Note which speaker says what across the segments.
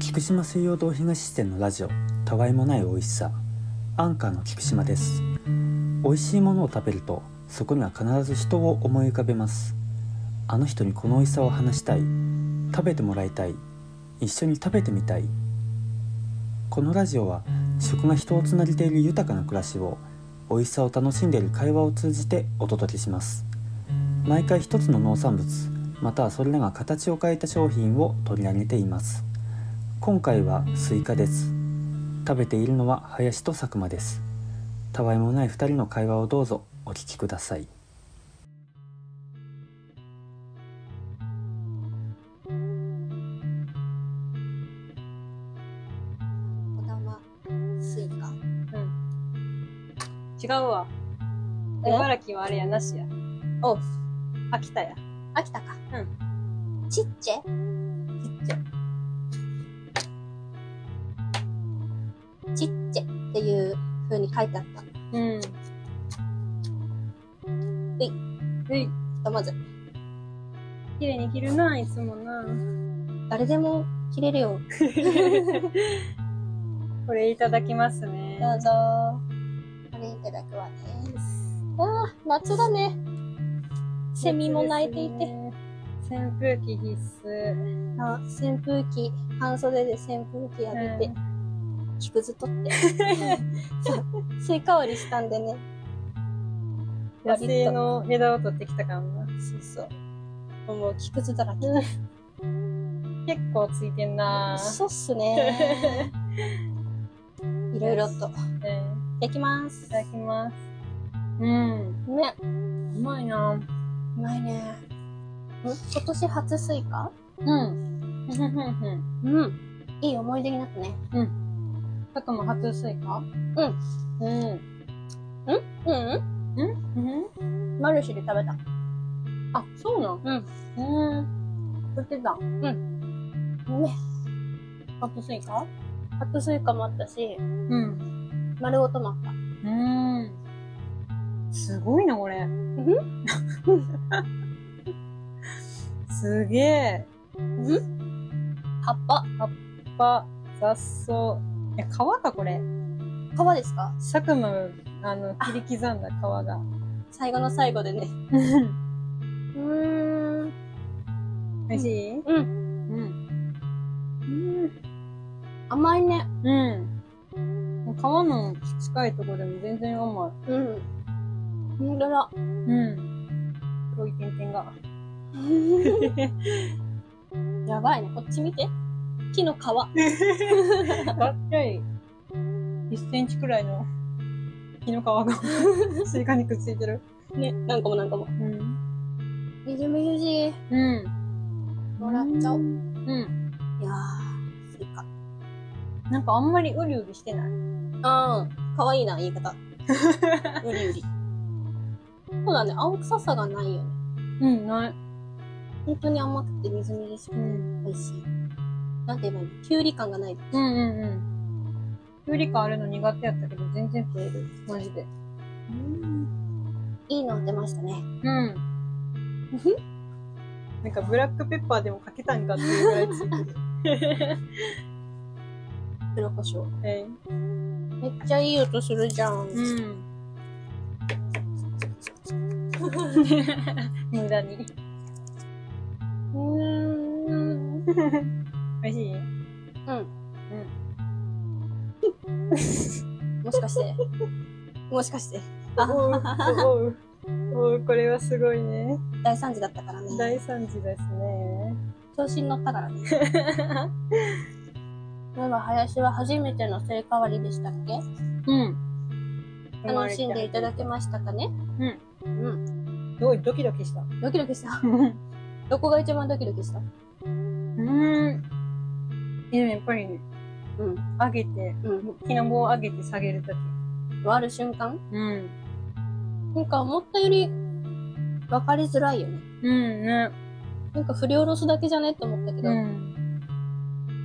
Speaker 1: 菊島水曜堂東支店のラジオたわいもない美味しさアンカーの菊島です美味しいものを食べるとそこには必ず人を思い浮かべますあの人にこの美味しさを話したい食べてもらいたい一緒に食べてみたいこのラジオは食が人をつなげている豊かな暮らしを美味しさを楽しんでいる会話を通じてお届けします毎回一つの農産物またはそれらが形を変えた商品を取り上げています今回はスイカです食べているのは林と佐久間ですたわいもない二人の会話をどうぞお聞きください
Speaker 2: こだわスイカ。
Speaker 3: 違うわ。
Speaker 2: え
Speaker 3: 茨城はあれや、なしや。
Speaker 2: お、
Speaker 3: 秋田や。
Speaker 2: 秋田か。うん。ちっちゃちっちゃっていう風に書いてあったの。
Speaker 3: うん。
Speaker 2: うい
Speaker 3: えい。
Speaker 2: ひとまず、
Speaker 3: 綺麗に着るな、いつもな。
Speaker 2: 誰でも切れるよ。
Speaker 3: これいただきますね。
Speaker 2: どうぞ。これいただくわね。ああ、夏だね。セミも鳴いていて。
Speaker 3: 夏ですね。扇風機必須。
Speaker 2: あ扇風機、半袖で扇風機やめて、木くず取って。そうスイカ割りしたんでね。
Speaker 3: うん野生の枝を取ってきたからな。
Speaker 2: そうそう。もう木くずだらけ。
Speaker 3: 結構ついてんな。
Speaker 2: そうっす ね。いろいろと。
Speaker 3: うん
Speaker 2: できます。
Speaker 3: いただきます。うん。
Speaker 2: ね、
Speaker 3: うまいな。
Speaker 2: うまいね。ん今年初スイカ
Speaker 3: うん。うん。
Speaker 2: うん。いい思い出になったね。
Speaker 3: さくも初スイカうん。うん。
Speaker 2: うん、
Speaker 3: うん
Speaker 2: うん、マルシェで食べた。
Speaker 3: あ、そうなんうん。うん。売ってた。
Speaker 2: ね。
Speaker 3: 初スイカ
Speaker 2: 初スイカもあったし、
Speaker 3: うん。
Speaker 2: 丸ごともあった。
Speaker 3: うん。すごいな、これ。
Speaker 2: ん
Speaker 3: すげえ。
Speaker 2: うん葉っぱ。
Speaker 3: ば、雑草。え、皮か、これ。
Speaker 2: 皮ですか
Speaker 3: 佐久間、あの、切り刻んだ皮が。
Speaker 2: 最後の最後でね。うーん。
Speaker 3: 美味しい
Speaker 2: うん。
Speaker 3: うん。
Speaker 2: 甘いね。
Speaker 3: うん。皮の近いとこでも全然甘い。
Speaker 2: うん。ほんとだ。
Speaker 3: うん。黒い点々が。
Speaker 2: やばいね。こっち見て。木の皮。
Speaker 3: ばっちゃい。1センチくらいの木の皮 がスイカにくっついてる。
Speaker 2: ね。なんかもなんかも
Speaker 3: う。ん。
Speaker 2: みずみずしい。
Speaker 3: うん。
Speaker 2: もらっちゃおう
Speaker 3: うん。
Speaker 2: いやー、スイカ。
Speaker 3: なんかあんまりうりうりしてない。
Speaker 2: うん。かわいいな、言い 方。うりうり。そうだね、青臭さがないよね。
Speaker 3: うん、ない。
Speaker 2: 本当に甘くてみずみずしく
Speaker 3: う
Speaker 2: て
Speaker 3: ん。
Speaker 2: 美味しい。なんて言えばいいのきゅうり感がない。
Speaker 3: うんうんうん。きゅうりかあるの苦手やったけど、全然食える。マジで。
Speaker 2: いいの出ましたね。
Speaker 3: うん。なんかブラックペッパーでもかけたんかっていうぐらいついて る。
Speaker 2: 黒胡椒。
Speaker 3: え
Speaker 2: めっちゃいい音するじゃん。
Speaker 3: いうん。無駄に。
Speaker 2: うん。
Speaker 3: 美味しい
Speaker 2: もしかして。もしかして。
Speaker 3: おうおうおうこれはすごいね。
Speaker 2: 大惨事だったからね。
Speaker 3: 大惨事ですね。
Speaker 2: 調子に乗ったからね。そういえば、林は初めてのスイカ割りでしたっけ
Speaker 3: うん。
Speaker 2: 楽しんでいただけましたかねうん。
Speaker 3: す。ごいドキドキした。う
Speaker 2: ドキドキした。
Speaker 3: ん。
Speaker 2: どこが一番ドキドキした
Speaker 3: でもやっぱりね、
Speaker 2: うん。
Speaker 3: 上げて、
Speaker 2: うん。
Speaker 3: 木の棒を上げて下げるとき。
Speaker 2: 割る瞬間
Speaker 3: うん。
Speaker 2: なんか思ったより分かりづらいよね。
Speaker 3: うんね。
Speaker 2: なんか振り下ろすだけじゃねって思ったけど。
Speaker 3: ん。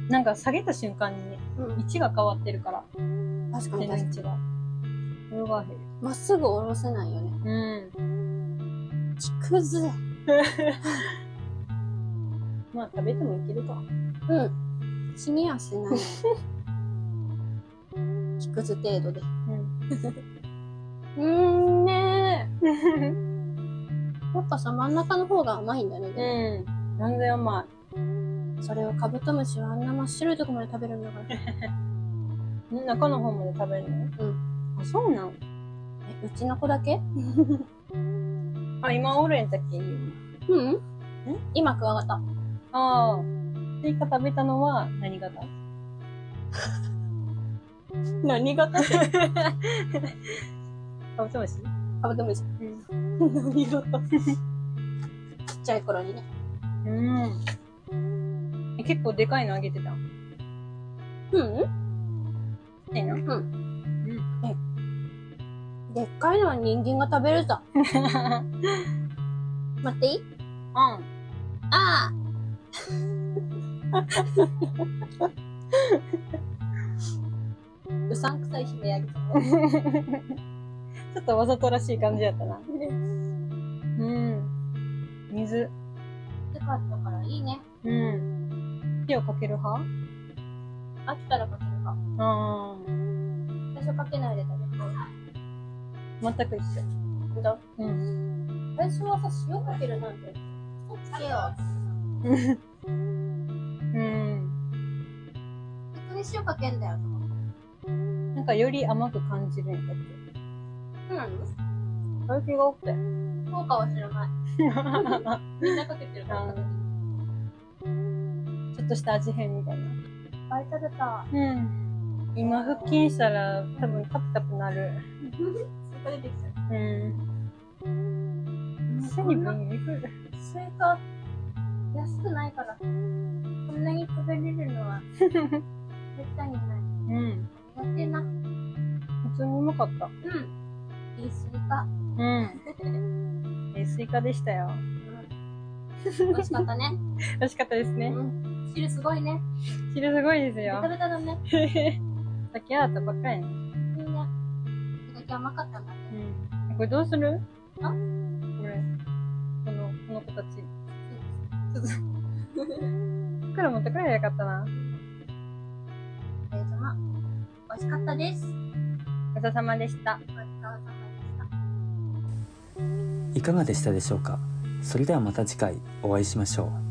Speaker 3: なんか下げた瞬間にね、位置が変わってるから、
Speaker 2: 確か
Speaker 3: 手
Speaker 2: に
Speaker 3: の位
Speaker 2: 確かに。
Speaker 3: 置が。これは減る。
Speaker 2: まっすぐ下ろせないよね。
Speaker 3: うん。
Speaker 2: 木くず。
Speaker 3: まあ食べてもいけるか。
Speaker 2: うん。死にはし ない。木くず程度で。 うーんね
Speaker 3: うん。
Speaker 2: ーやっぱさ、真ん中の方が甘いんだね。でも
Speaker 3: うん。全然甘
Speaker 2: それをカブトムシはあんな真っ白いとこまで食べるんだから。
Speaker 3: い。ん中の方まで食べるの。
Speaker 2: うん
Speaker 3: あ、そうなの
Speaker 2: えうちの子だけ
Speaker 3: あ、今おるんだっけ今
Speaker 2: ううん。今クワガタ。
Speaker 3: ああ。スイカ食べたのは 何型
Speaker 2: 何型
Speaker 3: カブトムシ
Speaker 2: カブトムシ。
Speaker 3: う
Speaker 2: 何型ちっちゃい頃にね。
Speaker 3: ん。え結構でかいのあげてた。
Speaker 2: うん
Speaker 3: いいな。
Speaker 2: うんでっかいのは人間が食べるさ。
Speaker 3: うん。
Speaker 2: 待っていい ああうさんくさい悲鳴あげちゃった。
Speaker 3: ちょっとわざとらしい感じやったな。うん。水。
Speaker 2: よかったからいいね。
Speaker 3: うん。火をかける派
Speaker 2: 飽きたらかけるか。
Speaker 3: ああ。
Speaker 2: 最初かけないで食べる。
Speaker 3: 全く一緒。
Speaker 2: ほんと
Speaker 3: うん。
Speaker 2: 最初はさ、塩かけるなんて。つけよ
Speaker 3: うん。
Speaker 2: う。逆に塩かけんだよ。
Speaker 3: なんかより甘く感じるんだっ
Speaker 2: そうなの
Speaker 3: けど。気が多くて。
Speaker 2: 効果は知らない。 みんなかけてるから食べてる。
Speaker 3: ちょっとした味変みたいな。
Speaker 2: いっぱい食べた。
Speaker 3: うん。今腹筋したら多分タプタプなる。
Speaker 2: スイカ出てきちゃう。
Speaker 3: うん。
Speaker 2: 水スイカ、安くないから。こんなに食べれるの は、絶対にない。
Speaker 3: うん。
Speaker 2: 苦手な。う
Speaker 3: 普通にうまかった。
Speaker 2: ん。いいスイカ。
Speaker 3: うん。え、スイカでしたよ。
Speaker 2: 美味しかったね。
Speaker 3: 美味しかったですね。
Speaker 2: うん。汁すごいね。
Speaker 3: 汁すごいです
Speaker 2: ベ
Speaker 3: よ
Speaker 2: タ。ベタだね。
Speaker 3: さっきあったばっかり
Speaker 2: いい
Speaker 3: ね。
Speaker 2: ね。それだけ甘かったんだね。
Speaker 3: うん。これどうする
Speaker 2: あ
Speaker 3: これ。この、この子たち。ちょっと。袋持ってくればよかったな。
Speaker 2: お疲れ様。美味しかったです。
Speaker 3: ごちそうさまでした。
Speaker 2: お疲れ様でした。
Speaker 1: いかがでしたでしょうかそれではまた次回お会いしましょう